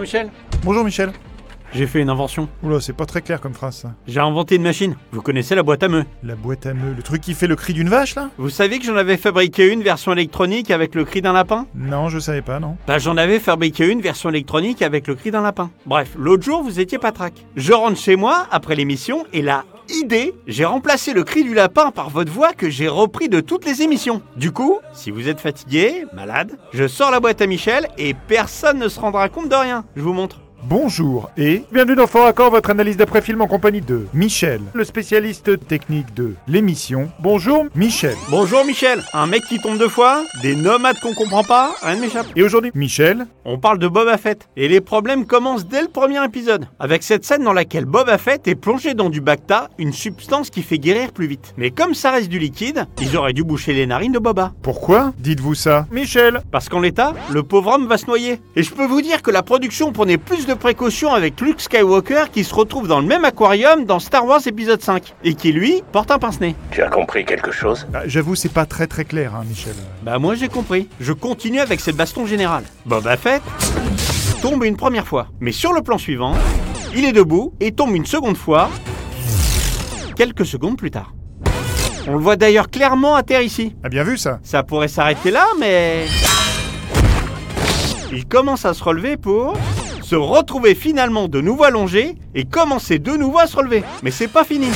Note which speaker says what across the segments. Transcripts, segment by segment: Speaker 1: Michel
Speaker 2: Bonjour Michel.
Speaker 1: J'ai fait une invention.
Speaker 2: Oula, c'est pas très clair comme phrase ça.
Speaker 1: J'ai inventé une machine. Vous connaissez la boîte à meux.
Speaker 2: La boîte à meux, le truc qui fait le cri d'une vache là
Speaker 1: Vous savez que j'en avais fabriqué une version électronique avec le cri d'un lapin
Speaker 2: Non, je savais pas, non.
Speaker 1: Bah j'en avais fabriqué une version électronique avec le cri d'un lapin. Bref, l'autre jour vous étiez patraque. Je rentre chez moi après l'émission et là, idée, j'ai remplacé le cri du lapin par votre voix que j'ai repris de toutes les émissions. Du coup, si vous êtes fatigué, malade, je sors la boîte à Michel et personne ne se rendra compte de rien. Je vous montre.
Speaker 2: Bonjour et bienvenue dans Fort Accord, votre analyse d'après-film en compagnie de Michel, le spécialiste technique de l'émission. Bonjour Michel.
Speaker 1: Bonjour Michel, un mec qui tombe deux fois, des nomades qu'on comprend pas, rien ne m'échappe.
Speaker 2: Et aujourd'hui, Michel,
Speaker 1: On parle de Boba Fett, et les problèmes commencent dès le premier épisode, avec cette scène dans laquelle Boba Fett est plongé dans du Bacta, une substance qui fait guérir plus vite. Mais comme ça reste du liquide, ils auraient dû boucher les narines de Boba.
Speaker 2: pourquoi dites-vous ça Michel
Speaker 1: Parce qu'en l'état, le pauvre homme va se noyer. Et je peux vous dire que la production prenait plus de précautions avec Luke Skywalker qui se retrouve dans le même aquarium dans Star Wars épisode 5, et qui lui porte un pince-nez.
Speaker 3: Tu as compris quelque chose
Speaker 2: Ah, J'avoue, c'est pas très très clair, hein, Michel.
Speaker 1: Bah moi j'ai compris. Je continue avec cette baston générale. Boba Fett tombe une première fois, mais sur le plan suivant, il est debout et tombe une seconde fois quelques secondes plus tard. On le voit d'ailleurs clairement atterrir ici.
Speaker 2: Ah, bien vu ça
Speaker 1: Ça pourrait s'arrêter là, mais il commence à se relever pour se retrouver finalement de nouveau allongé et commencer de nouveau à se relever. Mais c'est pas fini.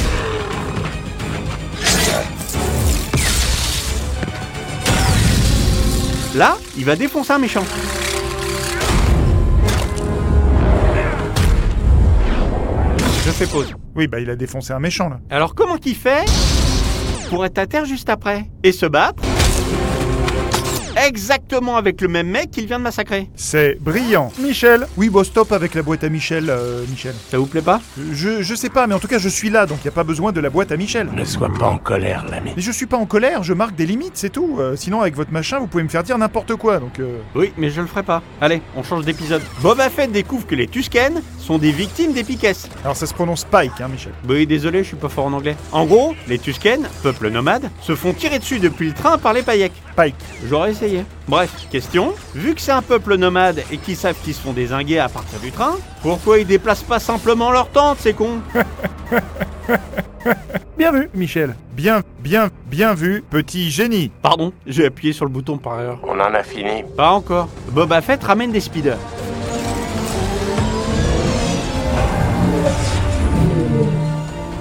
Speaker 1: Là, il va défoncer un méchant. Je fais pause.
Speaker 2: Oui, bah il a défoncé un méchant là.
Speaker 1: Alors comment qu'il fait pour être à terre juste après et se battre exactement avec le même mec qu'il vient de massacrer
Speaker 2: C'est brillant. Michel Oui, bon, stop avec la boîte à Michel, euh, Michel.
Speaker 1: Ça vous plaît pas
Speaker 2: Je, je sais pas, mais en tout cas, je suis là, donc y a pas besoin de la boîte à Michel.
Speaker 3: Ne sois pas en colère, l'ami.
Speaker 2: Mais je suis pas en colère, je marque des limites, c'est tout. Euh, sinon, avec votre machin, vous pouvez me faire dire n'importe quoi, donc... euh,
Speaker 1: Oui, mais je le ferai pas. Allez, on change d'épisode. Boba Fett découvre que les Tusken sont des victimes des Piques.
Speaker 2: Alors ça se prononce Pike, hein, Michel.
Speaker 1: Oui, désolé, je suis pas fort en anglais. En gros, les Tusken, peuple nomade, se font tirer dessus depuis le train par les paillettes.
Speaker 2: Pike.
Speaker 1: J'aurais essayé. Bref, question. Vu que c'est un peuple nomade et qu'ils savent qu'ils se font désinguer à partir du train, pourquoi ils déplacent pas simplement leur tente, ces cons
Speaker 2: Bien vu, Michel. Bien, bien, bien vu, petit génie.
Speaker 1: Pardon, j'ai appuyé sur le bouton par erreur.
Speaker 3: On en a fini.
Speaker 1: Pas encore. Boba Fett ramène des speeders.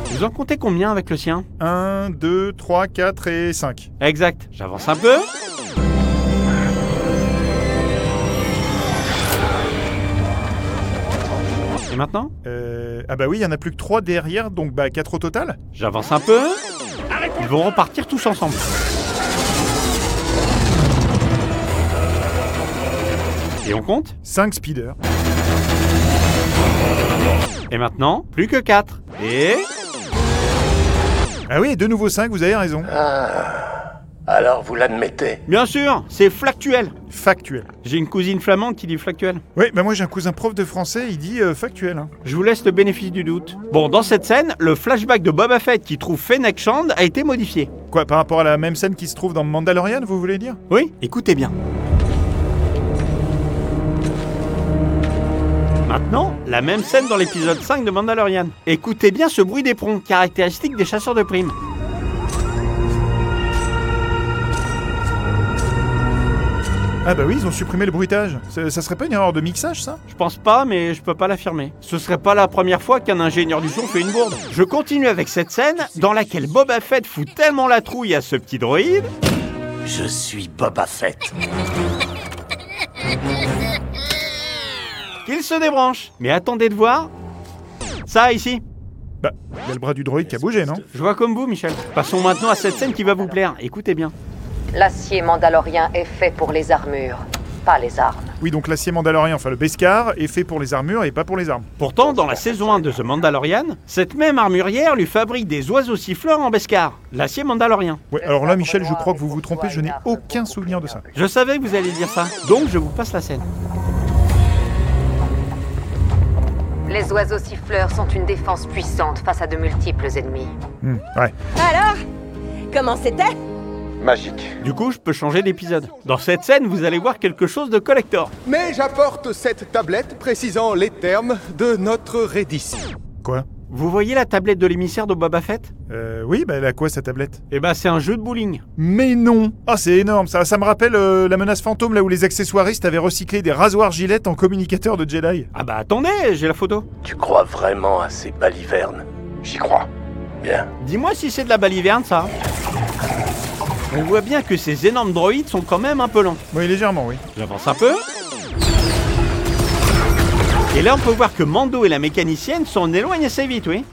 Speaker 1: Vous en comptez combien avec le sien
Speaker 2: 1, 2, 3, 4 et 5.
Speaker 1: Exact. J'avance un peu. Et maintenant
Speaker 2: Euh, ah bah oui, il y en a plus que 3 derrière, donc bah 4 au total.
Speaker 1: J'avance un peu. Ils vont repartir tous ensemble. Et on compte
Speaker 2: 5 speeders.
Speaker 1: Et maintenant, plus que 4. Et...
Speaker 2: Ah oui, de nouveau 5, vous avez raison.
Speaker 3: Alors vous l'admettez
Speaker 1: Bien sûr, c'est flactuel.
Speaker 2: Factuel.
Speaker 1: J'ai une cousine flamande qui dit flactuel.
Speaker 2: Oui, bah moi j'ai un cousin prof de français, il dit euh, factuel. hein.
Speaker 1: Je vous laisse le bénéfice du doute. Bon, dans cette scène, le flashback de Boba Fett qui trouve Fennec Shand a été modifié.
Speaker 2: Quoi, par rapport à la même scène qui se trouve dans Mandalorian, vous voulez dire
Speaker 1: Oui, écoutez bien. Maintenant, la même scène dans l'épisode 5 de Mandalorian. Écoutez bien ce bruit d'éperon, caractéristique des chasseurs de primes.
Speaker 2: Ah bah oui, ils ont supprimé le bruitage. Ça, ça serait pas une erreur de mixage, ça
Speaker 1: Je pense pas, mais je peux pas l'affirmer. Ce serait pas la première fois qu'un ingénieur du son fait une bourde. Je continue avec cette scène dans laquelle Boba Fett fout tellement la trouille à ce petit droïde
Speaker 3: Je suis Boba Fett.
Speaker 1: qu'il se débranche. Mais attendez de voir. Ça ici,
Speaker 2: Bah, il y a le bras du droïde qui a bougé, non
Speaker 1: je vois comme vous, Michel. Passons maintenant à cette scène qui va vous plaire. Écoutez bien.
Speaker 4: L'acier mandalorien est fait pour les armures, pas les armes.
Speaker 2: Oui, donc l'acier mandalorien, enfin le Beskar, est fait pour les armures et pas pour les armes.
Speaker 1: Pourtant, dans la saison 1 de The Mandalorian, cette même armurière lui fabrique des oiseaux siffleurs en bescar, l'acier mandalorien.
Speaker 2: Ouais, alors là, Michel, je crois que vous vous trompez, je n'ai aucun souvenir de ça.
Speaker 1: Je savais que vous alliez dire ça, donc je vous passe la scène.
Speaker 4: Les oiseaux siffleurs sont une défense puissante face à de multiples ennemis.
Speaker 2: Hmm, ouais.
Speaker 5: Alors Comment c'était magique.
Speaker 1: Du coup, je peux changer d'épisode. Dans cette scène, vous allez voir quelque chose de collector.
Speaker 6: Mais j'apporte cette tablette précisant les termes de notre reddition.
Speaker 2: Quoi
Speaker 1: Vous voyez la tablette de l'émissaire de Boba Fett
Speaker 2: Euh, oui, bah elle a quoi sa tablette
Speaker 1: Eh ben, c'est un jeu de bowling.
Speaker 2: Mais non Ah, c'est énorme, ça, ça me rappelle euh, la menace fantôme là où les accessoiristes avaient recyclé des rasoirs gilettes en communicateurs de Jedi.
Speaker 1: Ah bah attendez, j'ai la photo.
Speaker 3: Tu crois vraiment à ces balivernes
Speaker 5: J'y crois.
Speaker 3: Bien.
Speaker 1: Dis-moi si c'est de la baliverne, ça. On voit bien que ces énormes droïdes sont quand même un peu lents.
Speaker 2: Oui, légèrement, oui.
Speaker 1: J'avance un peu. Et là, on peut voir que Mando et la mécanicienne s'en éloignent assez vite, oui.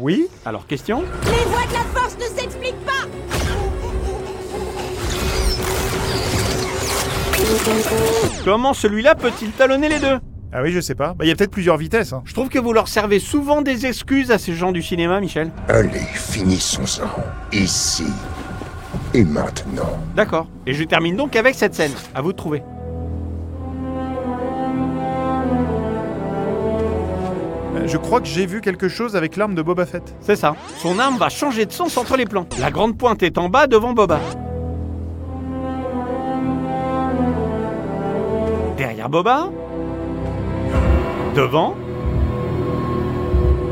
Speaker 2: Oui
Speaker 1: Alors, question
Speaker 7: Les voies de la force ne s'expliquent pas
Speaker 1: Comment celui-là peut-il talonner les deux
Speaker 2: Ah oui, je sais pas. Bah, il y a peut-être plusieurs vitesses. Hein.
Speaker 1: Je trouve que vous leur servez souvent des excuses à ces gens du cinéma, Michel.
Speaker 8: Allez, finissons-en. Ici et maintenant.
Speaker 1: D'accord. Et je termine donc avec cette scène. À vous de trouver.
Speaker 2: Euh, Je crois que j'ai vu quelque chose avec l'arme de Boba Fett.
Speaker 1: C'est ça. Son arme va changer de sens entre les plans. La grande pointe est en bas devant Boba. Derrière Boba. Devant.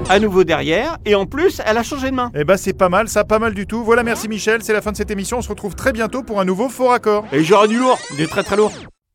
Speaker 1: À nouveau derrière. Et en plus, elle a changé de main.
Speaker 2: Eh bah, c'est pas mal, ça, pas mal du tout. Voilà, merci Michel, c'est la fin de cette émission. On se retrouve très bientôt pour un nouveau faux raccord.
Speaker 1: Et genre du lourd, du très très lourd.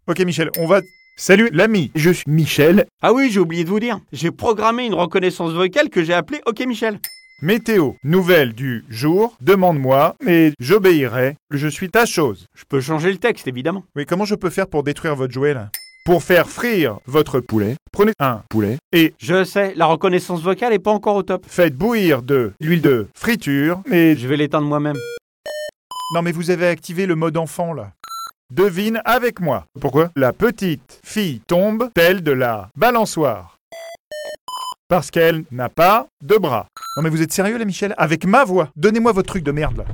Speaker 2: Ok, Michel, on va. Salut l'ami, je suis Michel.
Speaker 1: Ah oui, j'ai oublié de vous dire. J'ai programmé une reconnaissance vocale que j'ai appelée OK Michel.
Speaker 2: Météo, nouvelle du jour, demande-moi et j'obéirai. Je suis ta chose.
Speaker 1: Je peux changer le texte, évidemment.
Speaker 2: Oui, comment je peux faire pour détruire votre jouet là Pour faire frire votre poulet, prenez un poulet et
Speaker 1: Je sais, la reconnaissance vocale est pas encore au top.
Speaker 2: faites bouillir de l'huile de friture et...
Speaker 1: Je vais l'éteindre moi-même.
Speaker 2: Non mais vous avez activé le mode enfant là. Devine avec moi. Pourquoi La petite fille tombe telle de la balançoire. Parce qu'elle n'a pas de bras. Non mais vous êtes sérieux là Michel Avec ma voix Donnez-moi votre truc de merde là.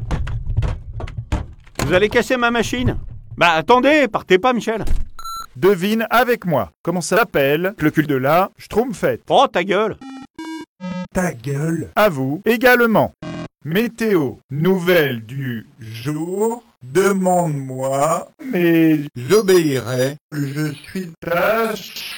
Speaker 1: Vous allez casser ma machine Bah attendez, partez pas, Michel.
Speaker 2: Devine avec moi. Comment ça s'appelle Le cul de la Schtroumpfette.
Speaker 1: Oh, ta gueule
Speaker 2: À vous également. Météo, nouvelle du jour, demande-moi, mais j'obéirai, je suis tâche.